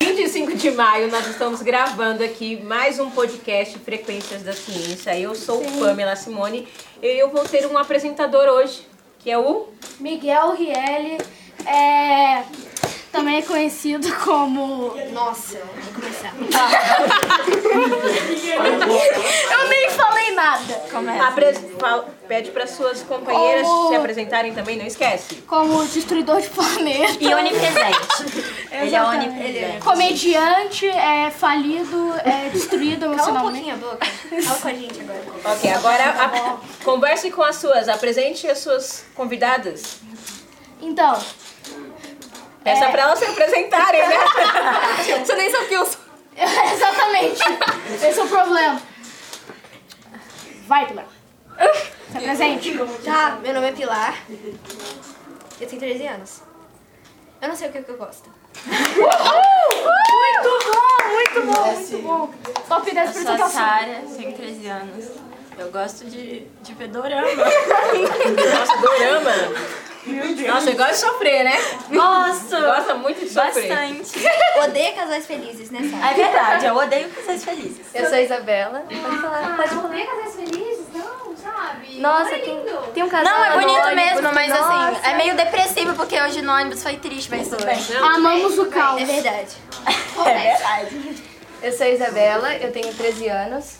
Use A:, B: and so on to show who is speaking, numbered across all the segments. A: 25 de maio, nós estamos gravando aqui mais um podcast Frequências da Ciência. Eu sou Pamela Simone e eu vou ter um apresentador hoje, que é o
B: Miguel Rielli é também é conhecido como. Nossa, vou começar. Eu nem falei nada. Começa.
A: Apres... fal- Pede para suas companheiras
C: Oh.
B: Como-
A: se apresentarem também, não esquece.
B: Como destruidor de planeta.
C: E onipresente. ele é
B: Exatamente.
C: onipresente.
B: Comediante, é falido, é destruído
D: Cala um
B: emocionalmente.
D: pouquinho a boca. Fala com a gente agora.
A: Ok, agora a- converse com as suas, apresente as suas convidadas.
B: Então,
A: Peça
C: É.
A: pra elas se apresentarem, né?
D: Você nem sabe quem eu sou.
B: exatamente. Esse é o problema. Vai, Pilar. Se apresente.
D: Tá, meu nome é Pilar. Eu tenho 13 anos. Eu não sei o que, que eu gosto.
B: Muito bom, muito bom, muito bom. Top 10
C: Eu sou a
B: apresentação.
C: Sara, tenho 13 anos. Eu gosto de, de ver dorama.
A: Nossa, dorama. Nossa, eu gosto de sofrer, né?
C: Gosto!
A: Gosta muito de sofrer.
C: Bastante.
D: Odeio casais felizes, né, Sara?
C: É verdade, eu odeio casais felizes.
E: Eu sou a Isabela. Pode falar. Pode falar.
B: Tem casais felizes? Não, sabe?
E: Nossa, tem, tem um casal
C: Não, é bonito
E: anônimo,
C: mesmo, mas assim,
E: nossa.
C: é meio depressivo porque hoje no ônibus foi triste, mas tudo bem.
B: Amamos o caos.
D: É verdade.
C: É verdade.
E: Eu sou a Isabela, eu tenho 13 anos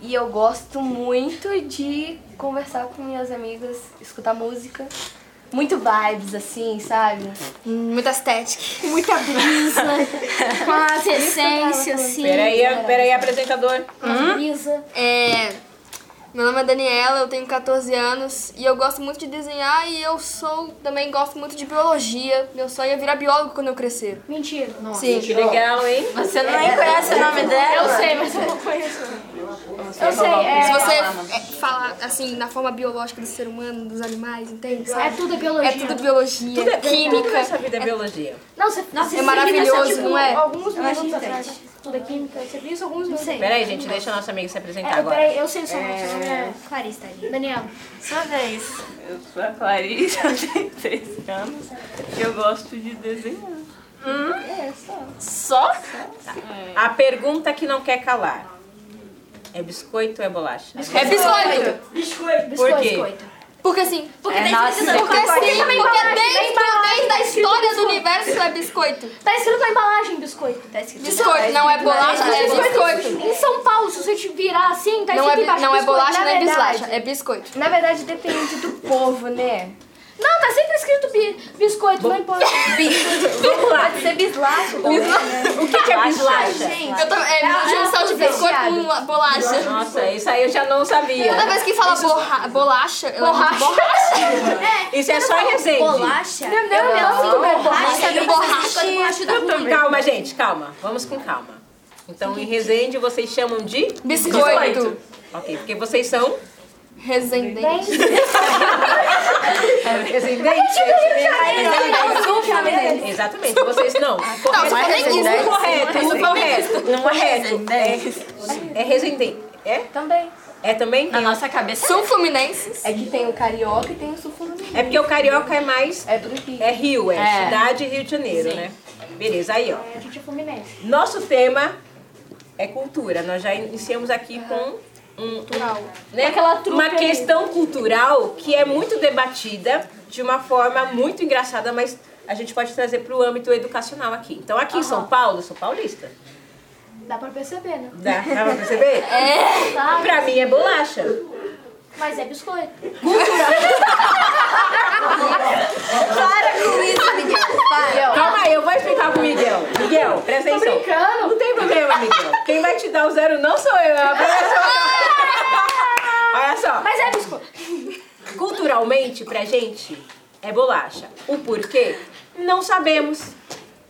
E: e eu gosto muito de conversar com minhas amigas, escutar música. Muito vibes, assim, sabe?
D: Muita estética.
B: Muita brisa, com as essências, assim.
A: Peraí, peraí, apresentador.
B: Brisa.
E: É.
D: Meu nome é Daniela, eu tenho 14 anos e eu gosto muito de desenhar e eu sou também gosto muito de biologia. Meu sonho é virar biólogo quando eu crescer.
B: Mentira.
D: Sim.
A: Que legal, hein?
C: Você nem conhece o nome dela?
B: Eu sei, mas eu não conheço. Eu sei,
D: Se
B: é,
D: você é, falar assim, na forma biológica do ser humano, dos animais, entende?
B: é
D: Sabe?
B: tudo
D: É
B: biologia.
D: tudo biologia,
A: Tudo
D: química.
A: nessa vida é biologia.
B: Não, você, nossa,
D: é maravilhoso, não é?
B: tipo Alguns minutos atrás. Tudo é química. Você viu isso alguns minutos atrás.
A: Peraí, gente, deixa a nossa amiga se apresentar
B: É,
A: agora.
B: peraí, eu sei o seu nome. Seu nome é
D: Clarice tá ali.
B: Daniel.
C: Sua vez.
F: Eu sou a Clarice, eu tenho 13 anos e eu gosto de desenhar.
C: Hum?
E: É,
C: Só?
A: A pergunta que não quer calar. É biscoito ou é bolacha?
D: É biscoito!
A: Por quê?
B: É
D: Porque assim, porque
B: tá
C: É,
D: desde,
C: nossa,
D: porque
C: eu concordo.
D: sim,
B: Tem
D: porque
B: embalagem, tem
D: desde,
B: embalagem,
D: desde a
B: tá escrito
D: história do
B: biscoito.
D: universo é biscoito.
B: Tá escrito na embalagem biscoito. tá
D: Biscoito, não é bolacha, é biscoito.
B: Em São Paulo, se você te virar assim, tá
D: Não
B: escrito
D: é,
B: embaixo
D: não é
B: biscoito.
D: bolacha, não é
E: verdade.
D: bislacha, é biscoito.
E: Na verdade, depende do povo, né?
B: Não, tá sempre escrito bi- biscoito, não importa.
A: Vamos lá.
E: Pode ser bislacho.
A: O que, que é bolacha?
D: Eu tô, é junção de biscoito com uma bolacha.
A: Nossa, isso aí eu já não sabia.
D: Toda vez que fala borra- bolacha, eu lembro de borracha.
A: Isso é só receita.
B: Não, não, não.
D: Borracha, borracha.
A: Calma, gente, calma. Vamos com calma. Então, em Resende, vocês chamam de?
D: Biscoito.
A: Ok, porque vocês são?
D: Resendente.
A: Exatamente, vocês não.
D: Não, você falou
A: O
D: isso.
A: correto, o correto, o correto.
C: Resendente.
A: É Resende. É?
E: Também.
A: É também?
C: Na nossa cabeça.
D: São fluminenses.
E: É que tem o carioca e tem o sul fluminense.
A: É porque o carioca é mais
E: É por aqui.
A: É Rio, é,
C: É.
A: cidade Rio de Janeiro, né? Beleza, aí ó.
B: A gente é Fluminense.
A: Nosso tema é cultura. Nós já iniciamos aqui com um, um, né?
B: Aquela trupe
A: uma
B: ali.
A: questão cultural que é muito debatida de uma forma muito engraçada, mas a gente pode trazer para o âmbito educacional aqui. Então, aqui em São Paulo, eu sou paulista. né?
B: Dá pra perceber, né?
A: Dá, dá pra perceber?
B: Tá,
A: Pra mim é bolacha.
B: mas é biscoito.
A: Calma aí, eu vou explicar pro Miguel. Miguel, presta atenção.
B: brincando.
A: Não tem problema, Miguel. Quem vai te dar o zero não sou eu, é a professora. Olha só.
B: Mas é biscoito.
A: Culturalmente, pra gente, é bolacha. O porquê? Não sabemos.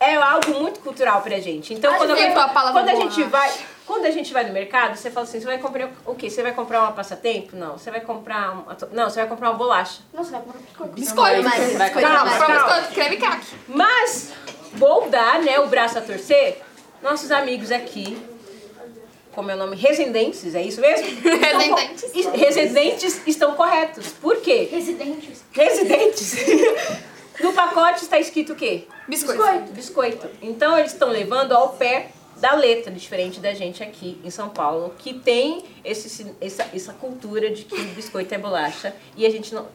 A: É algo muito cultural pra gente. Então, quando, alguém
D: inventou
A: fala-
D: a palavra
A: quando a gente
D: bolacha.
A: vai. Quando a gente vai no mercado, você fala assim, você vai comprar o quê? Você vai comprar uma passatempo? Não. Você vai comprar uma. to- Não, você vai comprar uma bolacha.
B: Não, você vai comprar biscoito.
D: Biscoito.
C: Vai com-
A: Calma,
D: Pra
A: calma.
D: biscoito, creme caque.
A: Mas vou dar né, o braço a torcer, nossos amigos aqui como é o nome, residentes, é isso mesmo?
D: Residentes.
A: Estão co- Residentes estão corretos. Por quê?
B: Residentes.
A: Residentes. No pacote está escrito o quê?
D: Biscoito.
A: Biscoito. Biscoito. Então eles estão levando ao pé da letra, diferente da gente aqui em São Paulo, que tem esse, sin- essa, essa cultura de que o biscoito é bolacha e a gente não.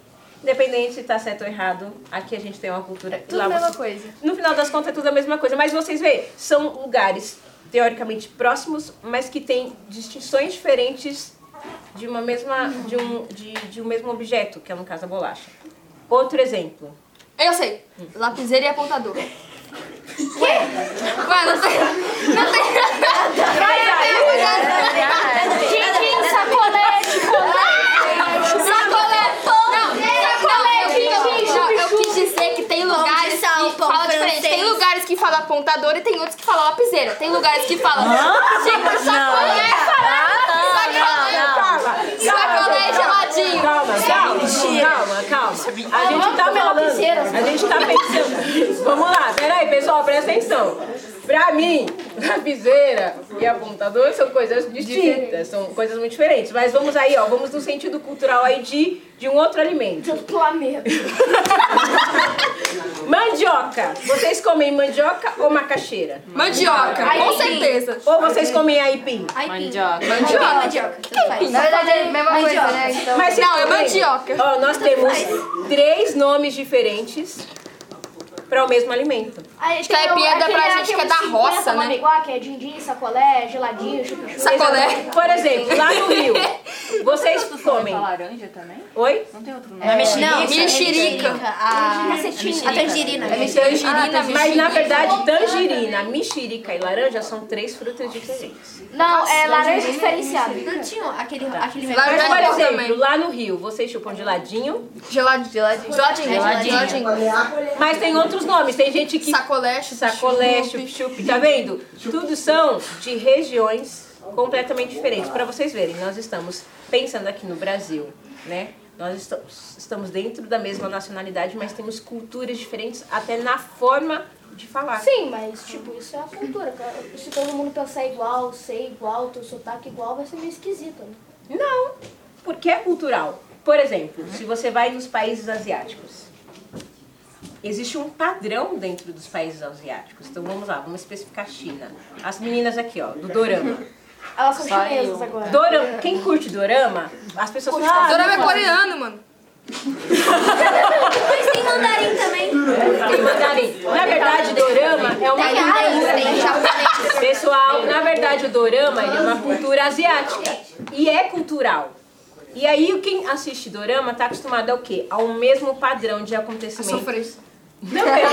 A: Independente se está certo ou errado, aqui a gente tem uma cultura. e
E: É Tudo
A: lá
E: a mesma
A: vocês-
E: coisa.
A: no final das contas é tudo a mesma coisa, mas vocês veem, são lugares teoricamente próximos, mas que têm distinções diferentes de uma mesma de um de, de um mesmo objeto, que é no caso a bolacha. Outro exemplo.
D: Eu sei. Lapiseira e apontador. Ué? Ué, não tem. Não tem nada.
B: Din-din, sacolete,
D: Sacolé, Não, sacolé,
B: din-din,
D: eu, eu quis dizer que tem lugares
C: sal,
D: que
C: pão
D: falam diferente.
C: francês.
D: Tem lugares que falam apontador e tem outros que falam lapiseira. Tem lugares que falam. Tipo, sacolé. Sacolé.
A: Calma,
D: Sacolé geladinho.
A: calma, calma, calma, calma. A gente tá falando, a gente tá pensando. Vamos lá, peraí, pessoal, presta atenção. Pra mim, lapiseira e apontador são coisas distintas, são coisas muito diferentes. Mas vamos aí, ó, vamos no sentido cultural aí de, de um outro alimento.
B: do planeta.
A: Mandioca. Vocês comem mandioca ou macaxeira?
D: Mandioca, com certeza.
A: Ou vocês comem aipim?
C: Mandioca.
D: Mandioca.
E: Na verdade é a mesma coisa, né? Então,
A: Mas vocês
D: Não, é
A: comem?
D: mandioca.
A: Ó, nós temos três nomes diferentes para o mesmo alimento.
B: Aí
D: que a
B: tem o-
D: Epia dá pra
B: aquele lá
D: gente
B: é
D: que é
B: uns
D: da
B: 50
D: roça, né?
B: Maniguá, que é din-din, sacolé, geladinho, assim. chup-chup.
D: Sacolé.
A: Por exemplo, lá no Rio, vocês comem.
F: laranja também?
A: Oi?
F: Não tem outro nome.
C: Não, mexe-
D: Não, mexerica.
C: A,
B: Cacetinho.
C: a
D: Tangerina,
C: tangerina.
A: Mas na
D: Ah, tá, mexerica.
A: verdade, tangerina, mexerica e laranja são três frutas diferentes.
B: Não, é laranja diferenciada.
C: Não tinha aquele, aquele
A: Mas,
D: Laranja
A: por
D: Mas eu
A: exemplo,
D: também.
A: lá no Rio, vocês chupam de ladinho,
D: Geladinho. Geladinho. Geladinho.
A: mas tem outros nomes. Tem gente que
D: Sacolé, chup-chup.
A: sacolé, chup-chup, tá vendo? Tudo são de regiões completamente diferentes. Para vocês verem, nós estamos pensando aqui no Brasil, né? Nós estamos, estamos dentro da mesma nacionalidade, mas temos culturas diferentes até na forma de falar.
B: Sim, mas tipo, isso é a cultura, cara. Se todo mundo pensar igual, ser igual, ter o sotaque igual, vai ser meio esquisito, né?
A: Não, porque é cultural. Por exemplo, se você vai nos países asiáticos, existe um padrão dentro dos países asiáticos. Então vamos lá, vamos especificar a China. As meninas aqui, ó, do Dorama.
B: Elas são
C: Só
B: chinesas
C: eu.
B: agora.
A: Dorama, quem curte Dorama, as pessoas falam. "Ah,
D: Dorama é
A: não,
D: coreano, mano.
C: Tem mandarim também.
A: tem mandarim. Na verdade, Dorama é uma cultura. Pessoal, na verdade, o Dorama ele é uma cultura asiática. E é cultural. E aí, quem assiste Dorama tá acostumado ao quê? Ao mesmo padrão de acontecimento.
D: Sofreu.
A: Também.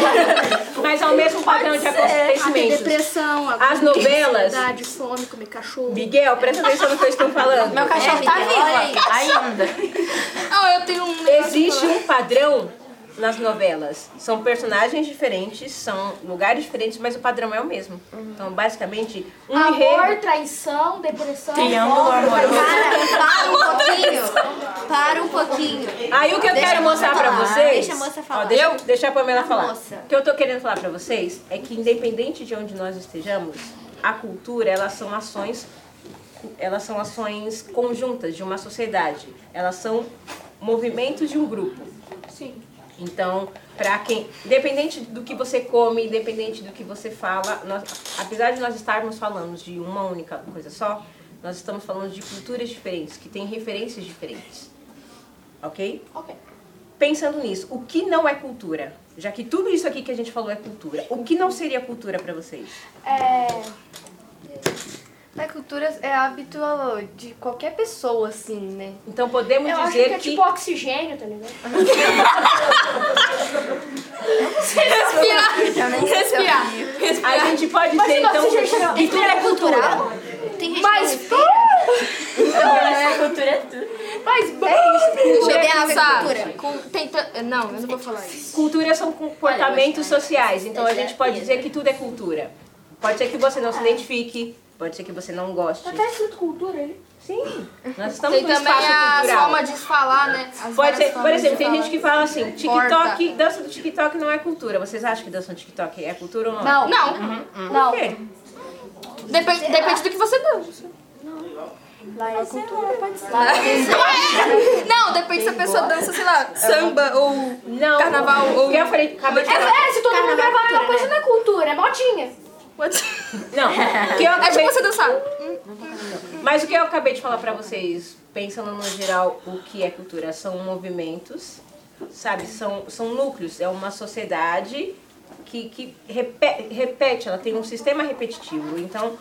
A: Mas ao mesmo padrão de acontecimentos.
G: Depressão,
A: As novelas.
G: ansiedade, fome, comer cachorro.
A: Miguel, presta atenção no que eu estou falando.
C: Meu cachorro
D: É,
C: tá vivo ainda.
D: Ah, eu tenho um.
A: Existe um padrão nas novelas. São personagens diferentes, são lugares diferentes, mas o padrão é o mesmo.
C: Uhum.
A: Então, basicamente, um
B: Amor,
A: enredo.
B: traição, depressão,
F: Triângulo
B: volta,
F: amoroso.
C: Para um pouquinho. Para um pouquinho.
A: Aí o que eu
C: Deixa
A: quero
C: a moça
A: mostrar pra
C: falar,
A: vocês.
C: deixa a moça falar.
A: Ó, deixa, deixa a Pamela falar.
C: moça.
A: O que eu tô querendo falar pra vocês é que independente de onde nós estejamos, a cultura, elas são ações, elas são ações conjuntas de uma sociedade. Elas são movimentos de um grupo. Então, para quem, independente do que você come, independente do que você fala, nós, apesar de nós estarmos falando de uma única coisa só, nós estamos falando de culturas diferentes, que têm referências diferentes. OK?
B: Ok.
A: Pensando nisso, o que não é cultura? Já que tudo isso aqui que a gente falou é cultura, o que não seria cultura para vocês?
B: É,
E: na cultura é hábito de qualquer pessoa, assim, né?
A: Então podemos
B: eu acho que
A: dizer
B: é tipo oxigênio, tá ligado?
D: Respirar. Respirar.
A: a gente pode dizer então que tudo é cultura.
B: Mas
D: Deixa eu
C: Mulher não é
D: pensar.
C: cultura.
D: Com- tenta- Não, eu não vou falar isso.
A: Cultura são comportamentos sociais, então a gente pode dizer que tudo é cultura. Pode ser que você não se identifique, pode ser que você não goste.
B: tá escrito cultura ali.
A: Sim, nós estamos
D: Tem
A: num
D: também
A: espaço
D: a forma
A: cultural.
D: de falar, né? As
A: Pode
D: várias
A: ser, por
D: formas
A: exemplo,
D: de
A: tem gente
D: falar.
A: que fala assim,
D: Porta.
A: TikTok, dança do TikTok não é cultura. Vocês acham que dança do TikTok é cultura ou não?
E: Não.
D: Não,
A: Por quê?
E: Não.
D: depende, depende do que você dança.
B: é
D: Não, depende se a pessoa dança, sei lá, samba ou
A: Não.
D: carnaval ou.
A: Porque eu falei, acabei de
B: É,
A: falar.
B: é, se todo mundo gravar a mesma coisa, não é cultura, é modinha.
A: Não. o que eu
D: É
A: acabei-
D: tipo você dançar.
A: Mas o que eu acabei de falar pra vocês, pensando no geral, o que é cultura? São movimentos, sabe? São, são núcleos, é uma sociedade que, que repe- repete, ela tem um sistema repetitivo. Então,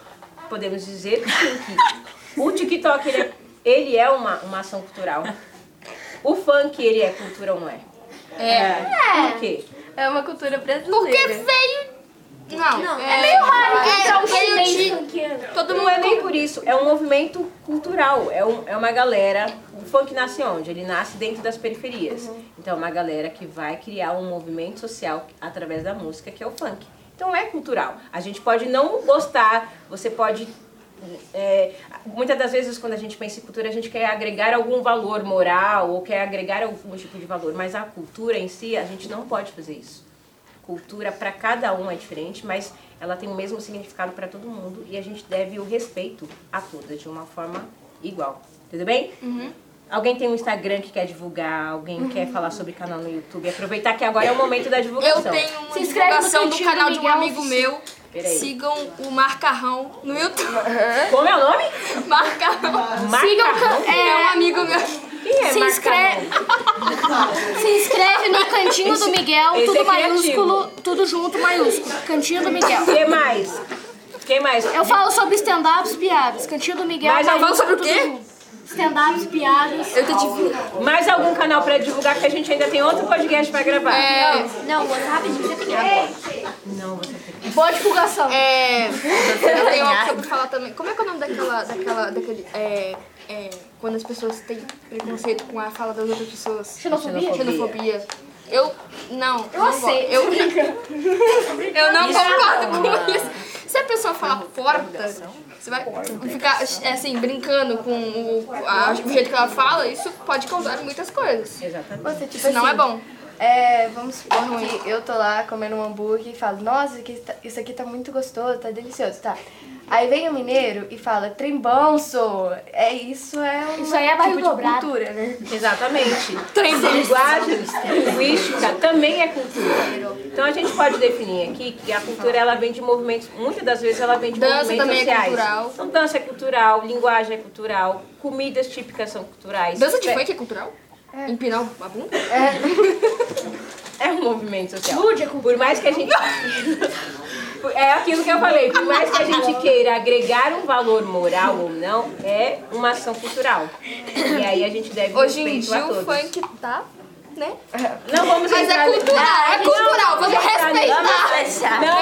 A: podemos dizer sim, que o TikTok, ele é, ele é uma, uma ação cultural. O funk, ele é cultura ou não é? É. Por quê?
E: É uma cultura brasileira.
D: Porque
B: né?
D: veio. Não, é,
B: meio raro
D: é,
B: encontrar um
D: veio de-
B: chinês funkeando.
A: Todo mundo é nem por isso, é um movimento cultural, é, um- é uma galera. O funk nasce onde? Ele nasce dentro das periferias. Então é uma galera que vai criar um movimento social através da música, que é o funk. Então é cultural. A gente pode não gostar, você pode. é, muitas das vezes quando a gente pensa em cultura, a gente quer agregar algum valor moral ou quer agregar algum tipo de valor, mas a cultura em si, a gente não pode fazer isso cultura para cada um é diferente, mas ela tem o mesmo significado para todo mundo e a gente deve o respeito a todas de uma forma igual. Tudo bem?
D: Uhum.
A: Alguém tem um Instagram que quer divulgar, alguém quer falar sobre canal no YouTube? Aproveitar que agora é o momento da
D: Eu
A: divulgação.
D: tenho uma
B: Se inscreve no
D: divulgação do
B: cantinho do
D: canal de um
B: Miguel.
D: amigo meu.
A: Peraí.
D: Sigam o Marcarrão no YouTube.
A: Como é o nome?
D: Marcarrão.
A: Macarrão?
D: É um amigo meu.
A: Quem é
B: se
A: Macarrão?
B: inscreve- Se inscreve no Cantinho do Miguel,
A: esse
B: tudo
A: é criativo.
B: maiúsculo, tudo junto, maiúsculo. Cantinho do Miguel.
A: Quem mais? Quem mais?
D: É
B: Eu falo sobre stand-ups, piadas. Cantinho do Miguel.
A: Mas eu falo
B: maiúsculo,
D: sobre o quê?
B: tudo junto. Stand-ups, piadas.
D: Eu tô divulgando.
A: Mais algum canal para divulgar que a gente ainda tem outro podcast para gravar?
D: É,
B: Não, vou rapidinho, é você tem água.
A: Não, você tem.
E: Boa divulgação.
D: é, eu tenho algo sobre falar também. Como é que é o nome daquela, daquela, daquele, é, é, quando as pessoas têm preconceito com a fala das outras pessoas?
B: Xenofobia?
D: Xenofobia. Eu não. Eu
B: aceito.
D: Eu, eu não concordo com isso. Se a pessoa falar porta, você vai ficar é, assim, brincando com o, a- o jeito que ela fala, isso pode causar muitas coisas.
A: Exatamente.
E: Você, tipo
D: Isso não
E: assim,
D: é bom.
E: É, vamos supor que eu tô lá comendo um hambúrguer e falo, nossa, que tá- isso aqui tá muito gostoso, tá delicioso, tá. Aí vem o mineiro e fala, trembonso, é isso, é um
B: Isso aí é barril
E: tipo de
B: dobrado.
E: cultura, né?
A: Exatamente. Linguagens, linguística também é cultura. Então a gente pode definir aqui que a cultura ela vem de movimentos, muitas das vezes ela vem de
D: Dança
A: movimentos
D: também é
A: sociais.
D: cultural.
A: Então dança é cultural, linguagem é cultural, comidas típicas são culturais.
D: Dança de
A: Fe-
D: funk é cultural? Empinar a bunda?
A: É um movimento social. Por mais que a gente. é aquilo que eu falei, por mais que a gente queira agregar um valor moral ou não, é uma ação cultural. E aí a gente deve
D: Hoje em
A: respeito a
D: dia o
A: todos.
D: funk tá, né?
A: Não vamos
D: Mas é
A: entrar- Ah,
D: cultural, é cultural, vamos
A: Não,
D: respeitar.
A: Não,